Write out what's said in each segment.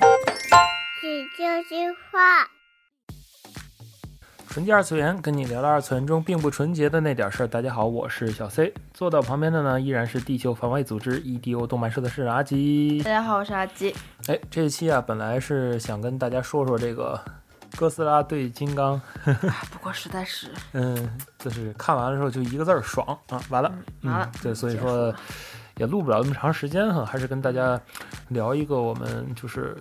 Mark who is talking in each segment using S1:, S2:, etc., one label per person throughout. S1: 喜剧之话，
S2: 纯洁二次元，跟你聊聊二次元中并不纯洁的那点事儿。大家好，我是小 C，坐到旁边的呢依然是地球防卫组织 EDO 动漫社的社长阿吉
S3: 大。家好，我是阿基。
S2: 哎，这一期啊，本来是想跟大家说说这个哥斯拉对金刚，
S3: 不过实在是
S2: 嗯，就是看完了之后就一个字儿爽啊，完了，
S3: 完了
S2: 嗯，对，所以
S3: 结束
S2: 说
S3: 了
S2: 也录不了那么长时间哈，还是跟大家聊一个我们就是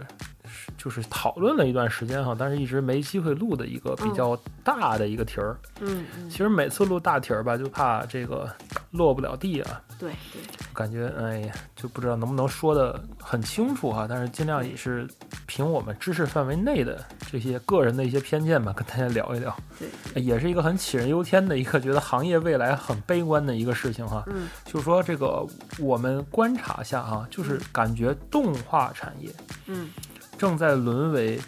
S2: 就是讨论了一段时间哈，但是一直没机会录的一个比
S3: 嗯
S2: 较大的一个题儿。
S3: 嗯嗯
S2: 其，实每次录大题儿吧，就怕这个落不了地啊，
S3: 对对，
S2: 感觉哎呀，就不知道能不能说的很清楚哈、但是尽量也是凭我们知识范围内的这些个人的一些偏见吧，跟大家聊一聊。
S3: 对
S2: 也是一个很杞人忧天的一个，觉得行业未来很悲观的一个事情哈、
S3: 嗯
S2: 就是说这个我们观察下哈、就是感觉动画产业
S3: 嗯，
S2: 正在沦为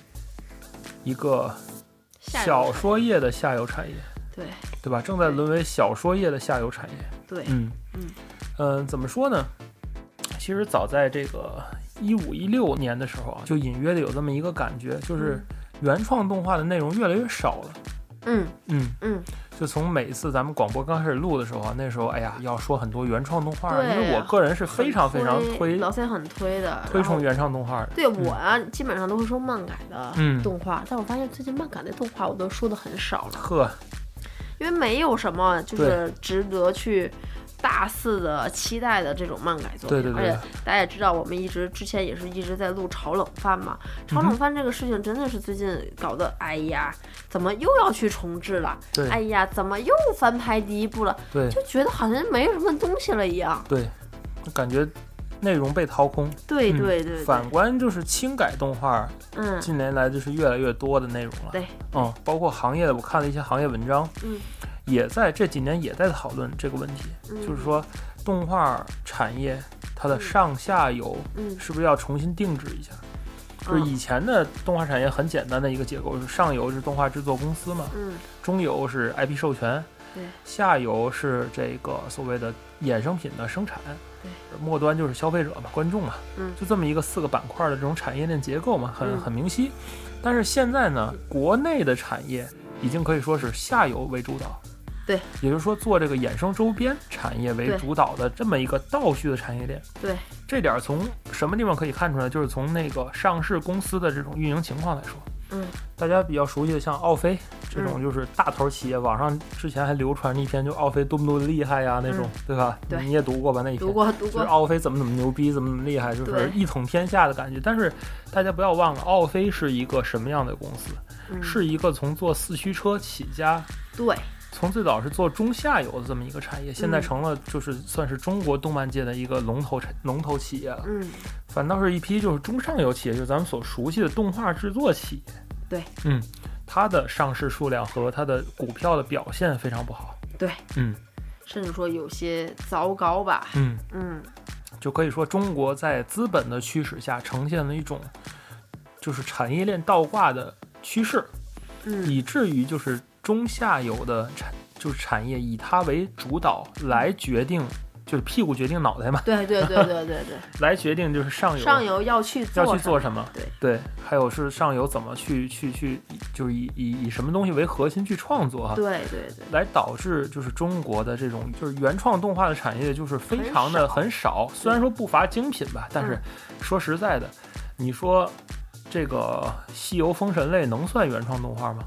S2: 一个
S3: 下一个
S2: 小说业的下游产业，
S3: 对
S2: 对吧？正在
S3: 对
S2: 沦为小说业的下游产业。
S3: 对，
S2: 嗯
S3: 嗯
S2: 呃怎么说呢？其实早在这个一五一六年的时候啊，就隐约的有这么一个感觉，就是原创动画的内容越来越少了。
S3: 嗯
S2: 嗯，
S3: 嗯，
S2: 就从每次咱们广播刚开始录的时候啊，那时候哎呀，要说很多原创动画，因
S3: 对啊
S2: 为我个人是非常
S3: 很
S2: 非常
S3: 推
S2: 推
S3: 老三很推的，
S2: 推崇
S3: 然后。
S2: 原创动画的。
S3: 对我啊，基本上都会说漫改的
S2: 嗯
S3: 动画，但我发现最近漫改的动画我都说的很少了，
S2: 呵，
S3: 因为没有什么就是值得去大肆的期待的这种漫改作
S2: 对
S3: 品。
S2: 对
S3: 而
S2: 对
S3: 且，大家也知道，我们一直之前也是一直在录炒冷饭嘛，炒
S2: 嗯
S3: 冷
S2: 哼
S3: 饭这个事情真的是最近搞得，哎呀，怎么又要去重置了？
S2: 对
S3: 哎呀，怎么又翻拍第一部了？
S2: 对
S3: 就觉得好像没什么东西了一样。
S2: 对，感觉内容被掏空。
S3: 对
S2: 嗯
S3: 对对对
S2: 反，观就是轻改动画
S3: 嗯
S2: 近年来就是越来越多的内容了。
S3: 对，
S2: 嗯，包括行业的，我看了一些行业文章，
S3: 嗯，
S2: 也在这几年也在讨论这个问题，
S3: 嗯
S2: 就是说动画产业它的上下游
S3: 嗯
S2: 是不是要重新定制一下？就是
S3: 嗯
S2: 以前的动画产业很简单的一个结构，是上游是动画制作公司嘛，
S3: 嗯
S2: 中游是 IP 授权，
S3: 对，
S2: 下游是这个所谓的衍生品的生产，
S3: 对，
S2: 末端就是消费者嘛，观众嘛，
S3: 嗯
S2: 就这么一个四个板块的这种产业链结构嘛，很
S3: 嗯
S2: 很明晰。但是现在呢，国内的产业已经可以说是下游为主导，
S3: 对，
S2: 也就是说做这个衍生周边产业为
S3: 对
S2: 主导的这么一个倒叙的产业链。
S3: 对，
S2: 这点儿从什么地方可以看出来？就是从那个上市公司的这种运营情况来说，
S3: 嗯，
S2: 大家比较熟悉的像奥飞这种，
S3: 嗯
S2: 就是大头企业，网上之前还流传着一篇，就奥飞多么多么厉害呀那种，对吧？
S3: 嗯对
S2: 你也读过吧那一篇
S3: 读？过读
S2: 就是
S3: 过，
S2: 奥飞怎么怎么牛逼，怎么怎么厉害，就是
S3: 对
S2: 一统天下的感觉。但是大家不要忘了，奥飞是一个什么样的公司？
S3: 嗯
S2: 是一个从做四驱车起家，
S3: 对
S2: 从最早是做中下游的这么一个产业，现在
S3: 嗯
S2: 成了就是算是中国动漫界的一个龙头产龙头企业了。
S3: 嗯
S2: 反倒是一批就是中上游企业，就是咱们所熟悉的动画制作企业。
S3: 对，
S2: 嗯，它的上市数量和它的股票的表现非常不好。
S3: 对，
S2: 嗯
S3: 甚至说有些糟糕吧。
S2: 嗯，
S3: 嗯
S2: 就可以说中国在资本的驱使下呈现了一种就是产业链倒挂的趋势，
S3: 嗯
S2: 以至于就是中下游的产就是产业以它为主导来决定，就是屁股决定脑袋嘛，
S3: 对对对对对对，
S2: 来决定就是上游
S3: 上游要去做
S2: 哎要去做啊
S3: 什
S2: 什么
S3: 么？对
S2: 对，还有是上游怎么去去去，就是以以以什么东西为核心去创作哈，
S3: 对对对，
S2: 来导致就是中国的这种就是原创动画的产业就是非常的很少，嗯虽然说不乏精品吧，但是说实在的，你说这个《西游封神类》能算原创动画吗？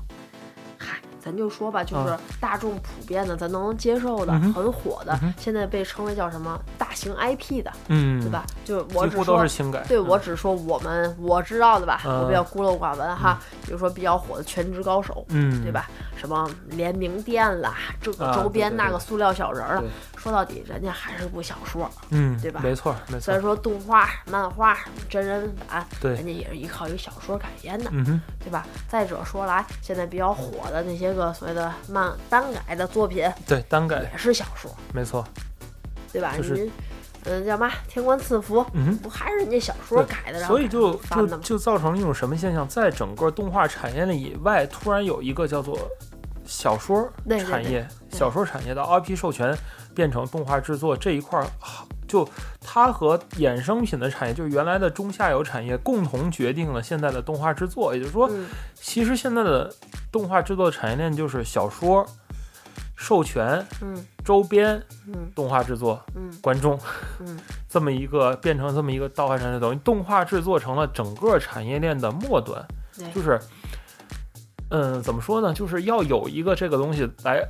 S3: 嗨，咱就说吧，就
S2: 嗯
S3: 是大众普遍的，咱能接受的、
S2: 嗯哼
S3: 很火的，现在被称为叫什么大型 IP 的，
S2: 嗯，
S3: 对吧？？就是我
S2: 几
S3: 只
S2: 乎都
S3: 说
S2: 是。轻改。
S3: 对，
S2: 嗯
S3: 我只说我们我知道的吧，
S2: 嗯
S3: 我比较孤陋寡闻哈。比如说比较火的《全职高手》，
S2: 嗯，
S3: 对？吧？什么联名店啦，这个
S2: 啊
S3: 周
S2: 对
S3: 边
S2: 对
S3: 那
S2: 对
S3: 个塑料小人儿了
S2: 对，
S3: 说到底人家还是部小说。
S2: 嗯，
S3: 对吧
S2: 没错儿，没错
S3: 虽然
S2: 儿。
S3: 说动画、漫画、真人版，
S2: 对
S3: 人家也是依靠于小说改编的。
S2: 嗯哼，
S3: 对吧？再者说来，现在比较火的那些个所谓的漫单改的作品，
S2: 对，单改
S3: 也是小说，
S2: 没错。
S3: 对吧？
S2: 就是
S3: 您，嗯，叫嘛？天官赐福，
S2: 嗯哼。
S3: 不还是人家小说改的？然后
S2: 所以就
S3: 翻
S2: 就
S3: 的吗
S2: 就造成了一种什么现象，在整个动画产业链以外，突然有一个叫做小说
S3: 对对
S2: 产业、
S3: 对
S2: 小说产业的 IP 授权变成动画制作这一块儿，就它和衍生品的产业，就是原来的中下游产业，共同决定了现在的动画制作。也就是说，
S3: 嗯
S2: 其实现在的动画制作产业链就是小说、授权、
S3: 嗯
S2: 周边、
S3: 嗯
S2: 动画制作、
S3: 嗯
S2: 观众，
S3: 嗯，
S2: 这么一个变成这么一个倒换产业，等于动画制作成了整个产业链的末端
S3: 对，
S2: 就是，嗯，怎么说呢？就是要有一个这个东西来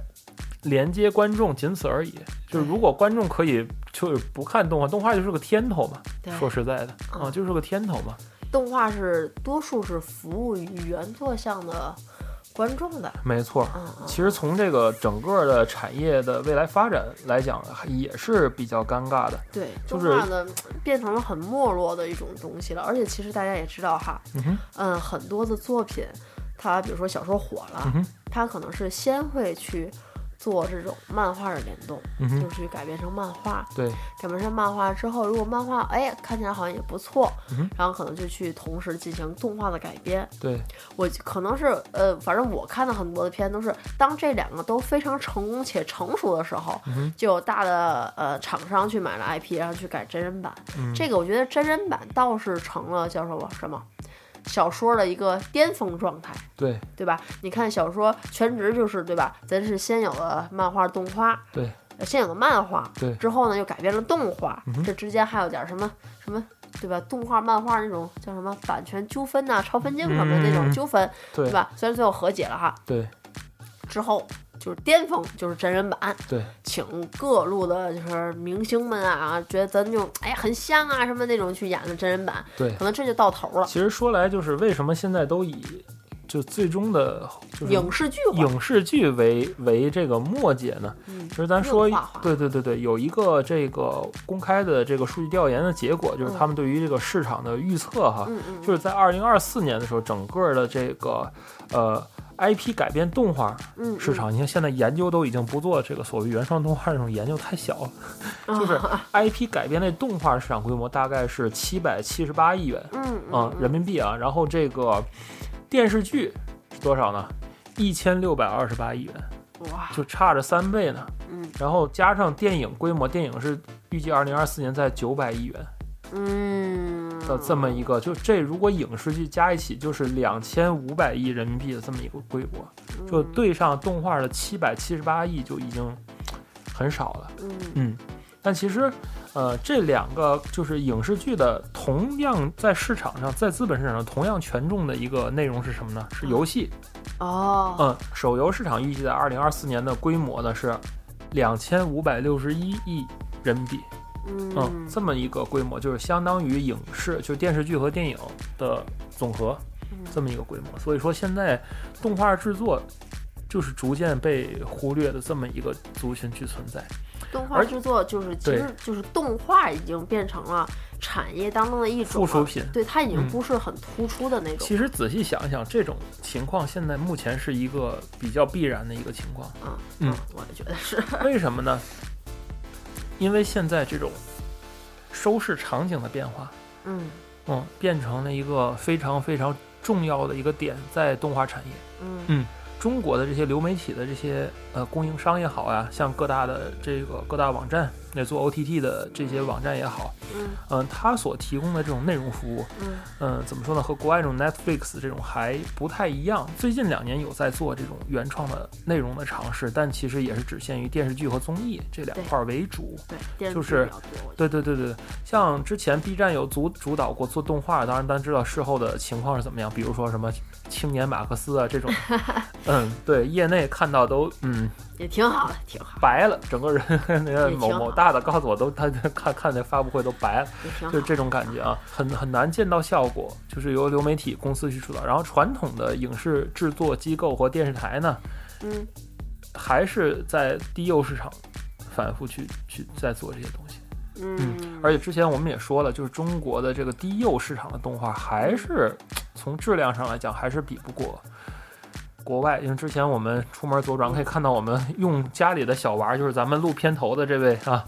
S2: 连接观众，仅此而已。就是如果观众可以就是不看动画，动画就是个天头嘛，
S3: 对，
S2: 说实在的啊，
S3: 嗯
S2: 就是个天头嘛，
S3: 动画是多数是服务于原作向的观众的，
S2: 没错儿。
S3: 嗯嗯，
S2: 其实从这个整个的产业的未来发展来讲，还也是比较尴尬的。
S3: 对，
S2: 就
S3: 动
S2: 是
S3: 画呢变成了很没落的一种东西了，而且其实大家也知道哈，
S2: 嗯哼，
S3: 嗯，很多的作品，它比如说小说火了
S2: 嗯，哼，
S3: 它可能是先会去做这种漫画的联动，
S2: 嗯
S3: 就
S2: 哼，
S3: 是去改编成漫画，
S2: 对，
S3: 改编成漫画之后，如果漫画哎看起来好像也不错
S2: 嗯哼，
S3: 然后可能就去同时进行动画的改编。
S2: 对，
S3: 我可能是呃，反正我看的很多的片都是，当这两个都非常成功且成熟的时候，
S2: 嗯哼
S3: 就有大的呃厂商去买了 IP，然后去改真人版。
S2: 嗯
S3: 这个我觉得真人版倒是成了叫什么什么小说的一个巅峰状态。
S2: 对，
S3: 对吧？你看小说全职就是对吧？咱是先有了漫画、动画，
S2: 对
S3: 呃，先有了漫画，
S2: 对
S3: 之后呢又改编了动画，
S2: 嗯哼
S3: 这之间还有点什么什么。对吧？动画、漫画那种叫什么版权纠纷呐、超分镜什么的那种
S2: 嗯
S3: 纠纷，
S2: 对
S3: 对，吧？虽然最后和解了哈，
S2: 对，
S3: 之后就是巅峰，就是真人版，
S2: 对，
S3: 请各路的就是明星们啊，觉得咱就哎很像啊什么那种去演的真人版，
S2: 对
S3: 可能这就到头了。
S2: 其实说来，就是为什么现在都以就最终的，就是
S3: 影视剧化，
S2: 影视剧为为这个末节呢？
S3: 嗯
S2: 其实咱说
S3: 硬化化，
S2: 对对对对，有一个这个公开的这个数据调研的结果，就是
S3: 嗯
S2: 他们对于这个市场的预测哈，
S3: 嗯嗯，
S2: 就是在二零二四年的时候，整个的这个呃 IP 改编动画
S3: 嗯
S2: 市，场，你看现在研究都已经不做这个所谓原创动画这种研究太小了，
S3: 嗯
S2: 就是 IP 改编类动画市场规模大概是七百七十八亿元。
S3: 嗯
S2: 啊、
S3: 嗯
S2: 人民币啊。然后这个电视剧是多少呢？一千六百二十八亿元，
S3: 嗯哇，
S2: 就差着三倍呢。
S3: 嗯
S2: 然后加上电影规模，电影是预计二零二四年在九百亿元
S3: 嗯
S2: 的这么一个，就这如果影视剧加一起就是两千五百亿人民币的这么一个规模，就
S3: 嗯
S2: 对上动画的七百七十八亿就已经很少了。
S3: 嗯
S2: 嗯，但其实，呃，这两个就是影视剧的同样在市场上，在资本市场上同样权重的一个内容是什么呢？是游戏。
S3: 哦，
S2: 嗯，手游市场预计在二零二四年的规模呢是两千五百六十一亿人民币。嗯，
S3: 嗯
S2: 这么一个规模，就是相当于影视，就是电视剧和电影的总和
S3: 嗯，
S2: 这么一个规模。所以说，现在动画制作就是逐渐被忽略的这么一个族群去存在。
S3: 动画
S2: 而
S3: 制作就是其
S2: 对
S3: 实就是动画已经变成了产业当中的一种
S2: 附属
S3: 了
S2: 品
S3: 对，它已经
S2: 嗯
S3: 不是很突出的那种。
S2: 其实仔细想一想，这种情况现在目前是一个比较必然的一个情况。
S3: 嗯
S2: 嗯，
S3: 我也觉得是。
S2: 为什么呢？因为现在这种收视场景的变化，
S3: 嗯
S2: 嗯，变成了一个非常非常重要的一个点，在动画产业，
S3: 嗯
S2: 中国的这些流媒体的这些呃供应商也好呀，像各大的这个各大网站，那做 OTT 的这些网站也好，
S3: 嗯
S2: 嗯、它所提供的这种内容服务，
S3: 嗯
S2: 嗯，怎么说呢？和国外这种 Netflix 这种还不太一样。最近两年有在做这种原创的内容的尝试，但其实也是只限于电视剧和综艺这两
S3: 对
S2: 块儿为主。
S3: 对，电视
S2: 就
S3: 剧
S2: 是
S3: 比较多。我觉得
S2: 对对对对，像之前 B 站有主主导过做动画，当然咱知道事后的情况是怎么样，比如说什么青年马克思啊这 种，嗯，对，业内看到都嗯
S3: 也挺好的，挺好，
S2: 白了，整个人 那个
S3: 也
S2: 某
S3: 挺
S2: 某
S3: 好
S2: 大的告诉我都他他看看那发布会都白了。
S3: 也挺
S2: 就是
S3: 好。
S2: 这种感觉啊，很很难见到效果，就是由流媒体公司去主导，然后传统的影视制作机构和电视台呢，
S3: 嗯
S2: 还是在低幼市场反复去去在做这些东西。
S3: 嗯，
S2: 而且之前我们也说了，就是中国的这个低幼市场的动画，还是从质量上来讲，还是比不过。国外，因为之前我们出门左转可以看到，我们用家里的小娃儿，就是咱们录片头的这位啊，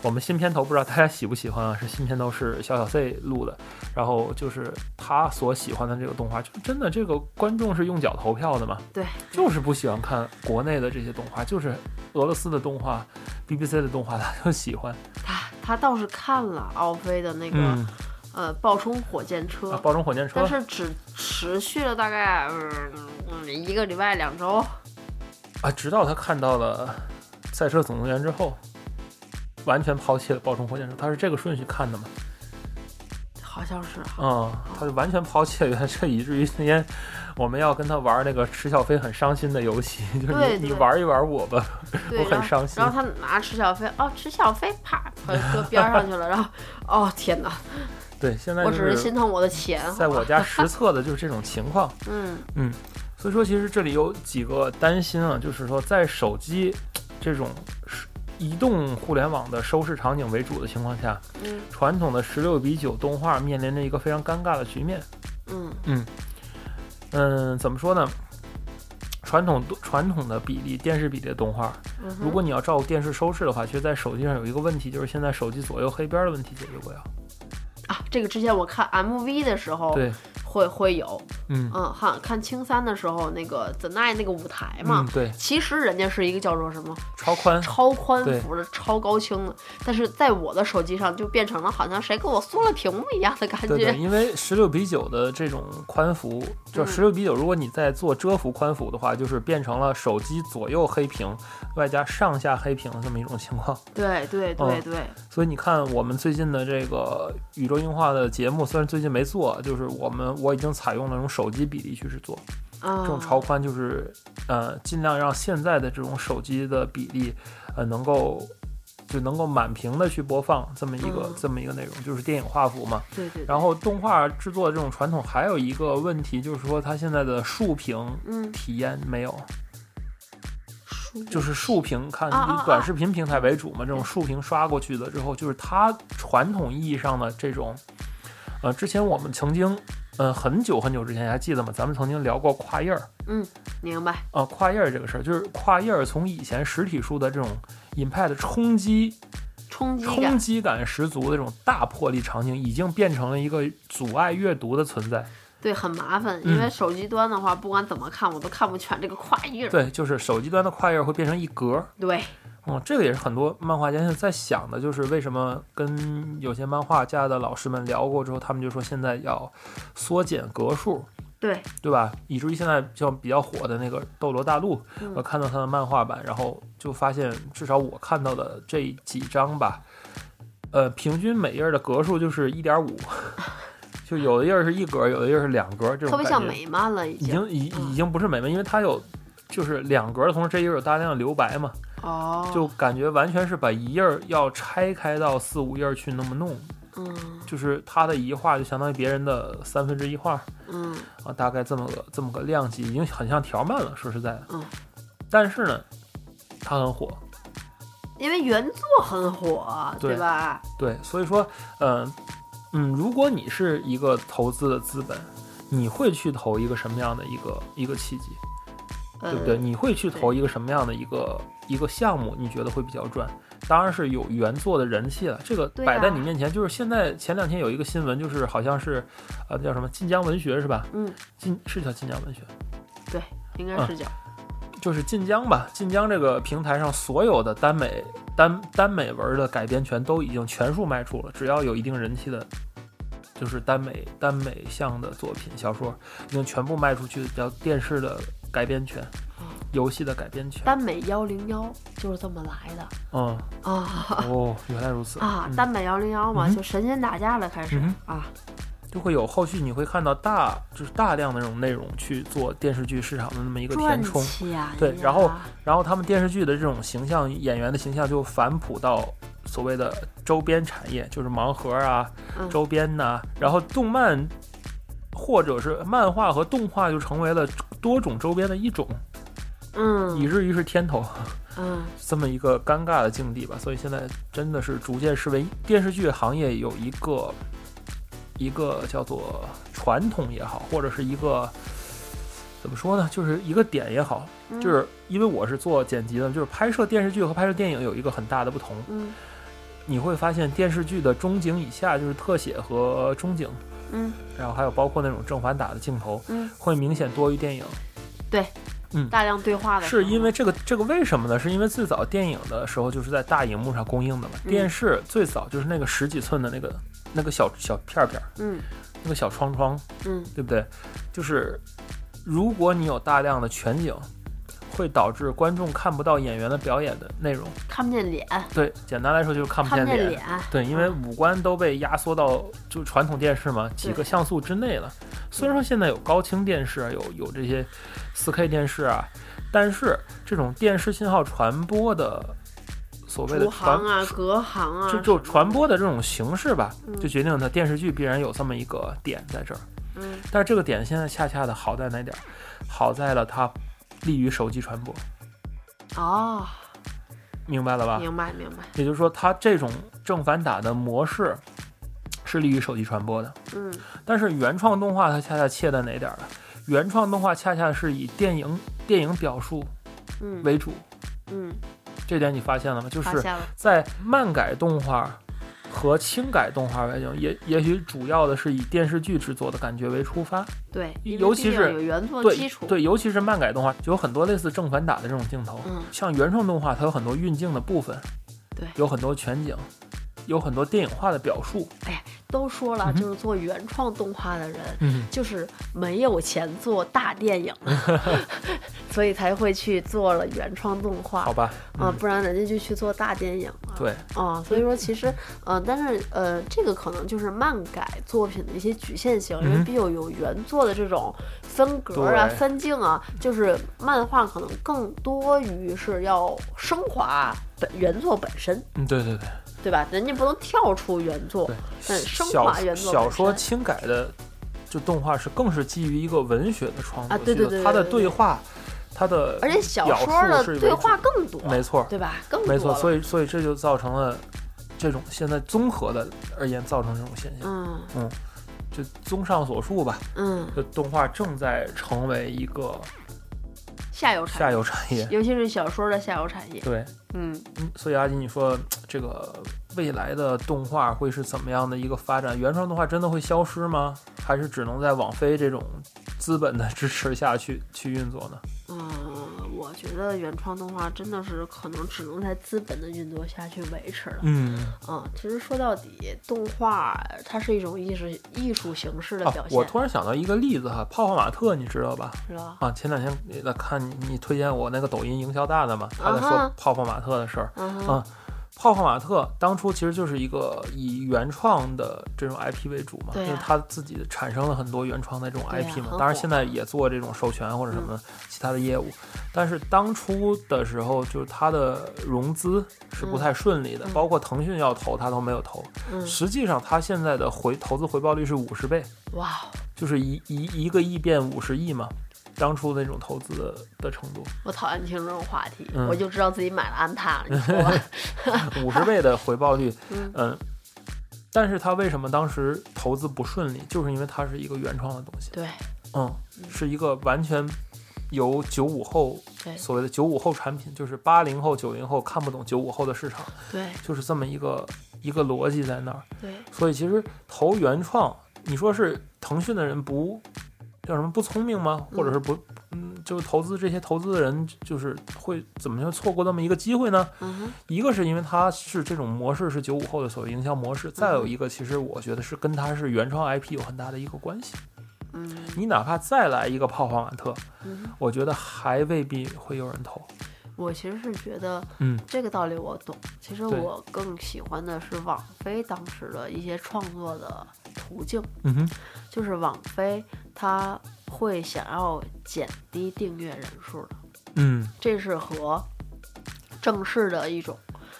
S2: 我们新片头不知道大家喜不喜欢啊？是新片头是小小 C 录的，然后就是他所喜欢的这个动画，就真的这个观众是用脚投票的嘛？
S3: 对，
S2: 就是不喜欢看国内的这些动画，就是俄罗斯的动画、BBC 的动画，他就喜欢。
S3: 他他倒是看了奥飞的那个、
S2: 嗯，
S3: 呃爆冲火箭车，
S2: 啊，爆冲火箭车
S3: 但，是只持续了大概、嗯嗯一个礼拜两周。
S2: 啊，直到他看到了《赛车总动员》之后，完全抛弃了爆冲火箭车，他是这个顺序看的嘛？
S3: 好像是啊，
S2: 嗯，他就完全抛弃了原来这，以至于那天我们要跟他玩那个池小飞很伤心的游戏，就是
S3: 对
S2: 你你
S3: 对
S2: 玩一玩我吧，
S3: 对，
S2: 我
S3: 然
S2: 很
S3: 后
S2: 伤心
S3: 然后他拿池小飞，哦，池小飞啪跑 搁边儿上去了，然后，哦天哪，
S2: 对，现在
S3: 我
S2: 就
S3: 只是心疼我的钱。
S2: 在我 家实测的就是这种情况，
S3: 嗯，
S2: 所以说，其实这里有几个担心啊，就是说，在手机这种是移动互联网的收视场景为主的情况下，
S3: 嗯
S2: 传统的十六比九动画面临着一个非常尴尬的局面。
S3: 嗯
S2: 嗯，怎么说呢？传统传统的比例，电视比例的动画，
S3: 嗯哼，
S2: 如果你要照顾电视收视的话，其实，在手机上有一个问题，就是现在手机左右黑边儿的问题解决不了。
S3: 啊，这个之前我看 MV 的时候
S2: 对，
S3: 会会有，
S2: 嗯，
S3: 嗯，看看青三的时候那个 The Night 那个舞台嘛
S2: 嗯，，对，
S3: 其实人家是一个叫做什么
S2: 超宽，
S3: 超宽
S2: 对
S3: 幅的、超高清的，但是在我的手机上就变成了好像谁给我缩了屏幕一样的感
S2: 对对，
S3: 觉。
S2: 因为十六比九的这种宽幅，就
S3: 嗯
S2: 十六比九，如果你在做遮幅宽幅的话，就是变成了手机左右黑屏，外加上下黑屏这么一种情况。
S3: 对对
S2: 嗯
S3: 对对，
S2: 所以你看，我们最近的这个宇宙硬化的节目，虽然最近没做，就是我们我已经采用了用手机比例去做
S3: 嗯，
S2: 这种超宽，就是呃，尽量让现在的这种手机的比例，呃，能够就能够满屏的去播放这么一个、
S3: 嗯
S2: 这么一个内容，就是电影画幅嘛。
S3: 对对，
S2: 然后动画制作这种传统还有一个问题，就是说它现在的竖屏
S3: 嗯，
S2: 体验没有，
S3: 书
S2: 就是竖屏看
S3: 啊啊
S2: 以
S3: 啊嗯
S2: 短视频平台为主嘛，这种竖屏刷过去的之后，就是它传统意义上的这种，呃，之前我们曾经，呃，很久很久之前还记得吗？咱们曾经聊过跨页儿，
S3: 明白，
S2: 呃，跨页儿这个事儿，就是跨页儿从以前实体书的这种 impact 冲击
S3: 冲击
S2: 冲
S3: 感。
S2: 击感十足的这种大魄力场景，已经变成了一个阻碍阅读的存在。
S3: 对，很麻烦，
S2: 嗯
S3: 因为手机端的话，不管怎么看，我都看不全这个跨页儿。
S2: 对，就是手机端的跨页会变成一格儿。
S3: 对，
S2: 嗯，这个也是很多漫画家现在在想的，就是为什么跟有些漫画家的老师们聊过之后，他们就说现在要缩减格数，
S3: 对，
S2: 对吧？以至于现在就比较火的那个《斗罗大陆》，我
S3: 嗯
S2: 看到它的漫画版，然后就发现至少我看到的这几张吧，呃，平均每页儿的格数就是一点五， 就有的页儿是一格，有的页儿是两格，这种
S3: 特别
S2: 感
S3: 像
S2: 觉
S3: 美漫了，已
S2: 已
S3: 经。
S2: 经已
S3: 嗯
S2: 已经不是美漫，因为它有就是两格的同时，这一页有大量的留白嘛，
S3: 哦，
S2: 就感觉完全是把一页儿要拆开到四五页儿去那么弄，
S3: 嗯
S2: 就是它的一画就相当于别人的三分之一画
S3: 嗯
S2: 啊，大概这么个这么个量级，已经很像条漫了。说实在的，
S3: 嗯，
S2: 但是呢，它很火，
S3: 因为原作很火，
S2: 对
S3: 对吧？
S2: 对，所以说，嗯、嗯，如果你是一个投资的资本，你会去投一个什么样的一个一个契机？对不对？
S3: 呃，
S2: 你会去投一个什么样的一个一个项目？你觉得会比较赚？当然是有原作的人气了，这个
S3: 对啊
S2: 摆在
S3: 呀
S2: 你面前。就是现在前两天有一个新闻，就是好像是，呃，叫什么晋江文学是吧？
S3: 嗯，
S2: 晋是叫晋江文学，
S3: 应该
S2: 嗯
S3: 是叫
S2: 就是晋江吧。晋江这个平台上所有的耽美耽耽美文的改编权都已经全数卖出了，只要有一定人气的，就是耽美耽美向的作品小说，已经全部卖出去，叫电视的改编权
S3: 哦，
S2: 游戏的改编权。
S3: 耽美幺零幺，就是这么来的
S2: 嗯，
S3: 啊
S2: 哦，原来如此
S3: 啊！
S2: 嗯
S3: 耽美幺零幺嘛，
S2: 嗯哼
S3: 就神仙打架了，开始
S2: 嗯
S3: 啊，
S2: 就会有后续，你会看到大就是大量的那种内容去做电视剧市场的那么一个填
S3: 赚
S2: 充，
S3: 钱呀！
S2: 对然后然后他们电视剧的这种形象演员的形象就反哺到所谓的周边产业，就是盲盒啊、
S3: 嗯
S2: 周边呐、然后动漫或者是漫画和动画就成为了多种周边的一种，以
S3: 嗯
S2: 至于是天头。
S3: 嗯，
S2: 这么一个尴尬的境地吧，所以现在真的是逐渐视为电视剧行业有一个一个叫做传统也好，或者是一个怎么说呢，就是一个点也好，
S3: 嗯
S2: 就是因为我是做剪辑的，就是拍摄电视剧和拍摄电影有一个很大的不同，
S3: 嗯
S2: 你会发现电视剧的中景以下就是特写和中景，
S3: 嗯
S2: 然后还有包括那种正反打的镜头，
S3: 嗯
S2: 会明显多于电影。
S3: 对，
S2: 嗯
S3: 大量对话的嗯时候，
S2: 是因为这个这个为什么呢？是因为最早电影的时候就是在大荧幕上公映的嘛，
S3: 嗯
S2: 电视最早就是那个十几寸的那个那个小小片片儿，
S3: 嗯
S2: 那个小窗窗，
S3: 嗯
S2: 对不对？就是如果你有大量的全景，会导致观众看不到演员的表演的内容。
S3: 看不见脸，
S2: 对，简单来说就是看不见
S3: 看不见
S2: 脸。
S3: 脸，
S2: 对，因为五官都被压缩到就传统电视嘛几个
S3: 嗯对
S2: 像素之内了。虽然说现在有高清电视啊，有有这些 4K 电视啊，但是这种电视信号传播的所谓的
S3: 逐
S2: 传
S3: 行啊，隔行啊，
S2: 就就传播的这种形式吧，
S3: 嗯
S2: 就决定它电视剧必然有这么一个点在这儿。
S3: 嗯
S2: 但是这个点现在恰恰的好在哪点儿？好在了它利于手机传播，
S3: 哦，
S2: 明白了吧？
S3: 明白明白，
S2: 也就是说，它这种正反打的模式是利于手机传播的。
S3: 嗯
S2: 但是原创动画它恰恰切在哪点儿呢？原创动画恰恰是以电影电影表述
S3: 嗯
S2: 为主，
S3: 嗯，
S2: 这点你发现了吗？就
S3: 发
S2: 是
S3: 现了，
S2: 在漫改动画和轻改动画来讲，也也许主要的是以电视剧制作的感觉为出发，
S3: 对，因为
S2: 尤其
S3: 毕竟
S2: 是
S3: 有原作基
S2: 对
S3: 础，
S2: 对，尤其是漫改动画就有很多类似正反打的这种镜头，
S3: 嗯
S2: 像原创动画它有很多运镜的部分，
S3: 对
S2: 有很多全景，有很多电影化的表述，
S3: 都说了，
S2: 嗯哼
S3: 就是做原创动画的人，
S2: 嗯，
S3: 就是没有钱做大电 影，所以才会去做了原创动画
S2: 好吧，嗯，
S3: 啊，不然人家就去做大电影了。
S2: 对，
S3: 啊，所以说其实，呃，但是呃，这个可能就是漫改作品的一些局限性，因为
S2: 嗯
S3: 毕竟有有原作的这种分格啊、
S2: 对
S3: 分镜啊，就是漫画可能更多于是要升华本原作本身，
S2: 嗯，对对对。
S3: 对吧？人家不能跳出原作
S2: 对，
S3: 嗯，升
S2: 小
S3: 华原作
S2: 小
S3: 本
S2: 说
S3: 身
S2: 轻改的，就动画是更是基于一个文学的创作，
S3: 啊对对对
S2: 它的
S3: 对对
S2: 对话，它的
S3: 而且小
S2: 表
S3: 说
S2: 述
S3: 的
S2: 是
S3: 对
S2: 为
S3: 话更多
S2: 主，，没错，
S3: 对吧？更多
S2: 没错，
S3: 以
S2: 所以所以这就造成了这种现在综合的而言造成这种现象。
S3: 嗯
S2: 就综上所述吧，
S3: 嗯，
S2: 就动画正在成为一个
S3: 下游产
S2: 下
S3: 业，
S2: 游产业。
S3: 尤其是小说的下游产业，
S2: 对，
S3: 嗯
S2: 嗯，所以阿金，你说这个未来的动画会是怎么样的一个发展？原创动画真的会消失吗？还是只能在网飞这种资本的支持下去去运作呢？
S3: 嗯，我觉得原创动画真的是可能只能在资本的运作下去维持了。
S2: 嗯，
S3: 嗯，其实说到底，动画它是一种艺术艺术形式的
S2: 啊
S3: 表，现，
S2: 我突然想到一个例子哈，泡泡玛特你知道吧？
S3: 是吧？嗯
S2: 啊，前两天也在看你你推荐我那个抖音营销大的嘛，他在
S3: 啊
S2: 说
S3: 哈
S2: 泡泡玛特的事儿。
S3: 嗯哼
S2: 啊泡泡玛特当初其实就是一个以原创的这种 IP 为主嘛，
S3: 对啊
S2: 因为他自己产生了很多原创的这种
S3: 对啊
S2: IP 嘛。
S3: 很
S2: 当然
S3: 火嗯
S2: 现在也做这种授权或者什么其他的业务，但是当初的时候就是他的融资是不
S3: 嗯
S2: 太顺利的，
S3: 嗯
S2: 包括腾讯要投他都没有投。
S3: 嗯，
S2: 实际上他现在的回投资回报率是五十倍，
S3: 哇哦，
S2: 就是一一一个亿变五十亿嘛。当初那种投资的的程度，
S3: 我讨厌听这种话题，
S2: 嗯
S3: 我就知道自己买了安踏了，你说吧
S2: 五十倍的回报率，
S3: 嗯
S2: 嗯，但是他为什么当时投资不顺利，就是因为它是一个原创的东西，
S3: 对
S2: 嗯
S3: 嗯，
S2: 是一个完全由九五后
S3: 对
S2: 所谓的九五后产品，就是八零后、九零后看不懂九五后的市场，
S3: 对
S2: 就是这么一个一个逻辑在那儿。
S3: 对，
S2: 所以其实投原创，你说是腾讯的人不叫什么不聪明吗？
S3: 嗯
S2: 或者是不嗯，就是投资这些投资的人就是会怎么就错过那么一个机会呢？
S3: 嗯哼，
S2: 一个是因为它是这种模式是九五后的所谓营销模式，再有一个其实我觉得是跟它是原创 IP 有很大的一个关系。
S3: 嗯
S2: 你哪怕再来一个泡泡玛特，
S3: 嗯哼。
S2: 我觉得还未必会有人投。
S3: 我其实是觉得，
S2: 嗯，
S3: 这个道理我懂。其实
S2: 对
S3: 我更喜欢的是网飞当时的一些创作的途径，
S2: 嗯哼，
S3: 就是网飞它会想要减低订阅人数的，
S2: 嗯，
S3: 这是和正式的一种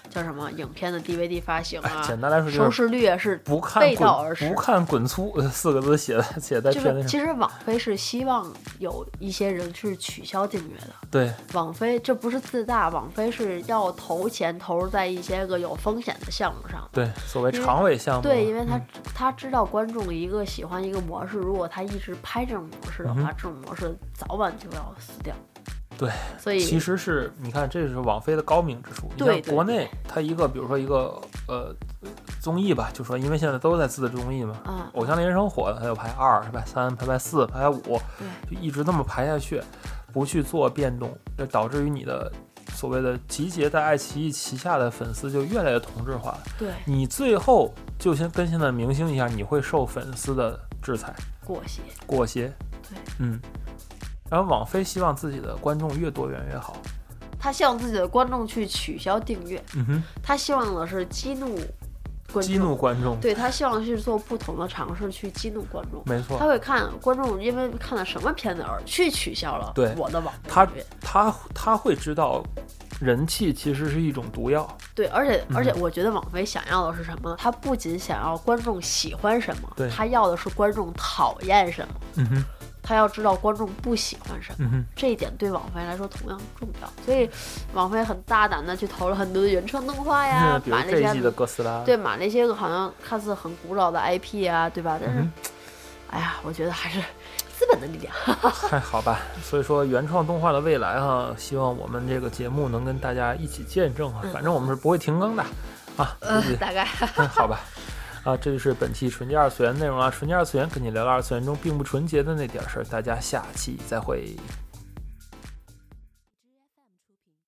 S3: 叫什么影片的 DVD 发行
S2: 哎，
S3: 啊，
S2: 简单来说
S3: 收
S2: 就是
S3: 视率啊是
S2: 不看
S3: 背道而
S2: 滚
S3: 驰
S2: 不看滚粗呃四个字写在写在
S3: 就
S2: 片
S3: 是
S2: 子
S3: 其
S2: 上，
S3: 实网飞是希望有一些人是取消订阅的。
S2: 对，
S3: 网飞这不是自大，网飞是要投钱投入在一些个有风险的项目上。
S2: 对，所谓
S3: 因为
S2: 长尾项目，
S3: 对，因为他、
S2: 嗯
S3: 他知道观众一个喜欢一个模式，如果他一直拍这种模式的
S2: 嗯
S3: 话，
S2: 哼
S3: 这种模式早晚就要死掉。
S2: 对，
S3: 所以
S2: 其实是你看，这是网飞的高明之处。你
S3: 对
S2: 看
S3: 对
S2: 国内它一个，比如说一个呃综艺吧，就说因为现在都在自制综艺嘛，
S3: 嗯，
S2: 偶像练习生火了，他就排二，是吧？三，排排四，排排五
S3: 对，
S2: 就一直这么排下去。不去做变动，就导致于你的所谓的集结在爱奇艺旗下的粉丝就越来越同质化了。
S3: 对，
S2: 你最后就先跟现在明星一样，你会受粉丝的制裁
S3: 裹挟。
S2: 裹挟。
S3: 对，
S2: 嗯。然后网飞希望自己的观众越多元越好。
S3: 他希望自己的观众去取消订阅，
S2: 嗯哼，
S3: 他希望的是激怒观
S2: 激
S3: 众。
S2: 怒观众，
S3: 对他希望去做不同的尝试，去激怒观众。
S2: 没错。
S3: 他会看观众因为看了什么片子而去取消了
S2: 对
S3: 我的网
S2: 他
S3: 订阅
S2: 他他会知道，人气其实是一种毒药。
S3: 对，而且
S2: 嗯
S3: 而且我觉得网飞想要的是什么呢？他不仅想要观众喜欢什
S2: 对
S3: 么，他要的是观众讨厌什么，
S2: 嗯哼，
S3: 他要知道观众不喜欢什么。
S2: 嗯哼，
S3: 这一点对网飞来说同样重要，所以网飞很大胆的去投了很多的原创动画呀
S2: 那，嗯比如
S3: 把那
S2: 这一季的
S3: 些
S2: 哥斯拉，
S3: 对把那些好像看似很古老的 IP 啊，对吧？但是，
S2: 嗯
S3: 哎呀，我觉得还是 资本的力量。
S2: 嗨，好吧，所以说原创动画的未来哈，希望我们这个节目能跟大家一起见证啊，
S3: 嗯
S2: 反正我们是不会停更 的啊，
S3: 呃
S2: 估计，
S3: 大概
S2: 好吧。啊，这就是本期纯洁二次元内容啊！纯洁二次元跟你聊聊二次元中并不纯洁的那点儿事儿，大家下期再会。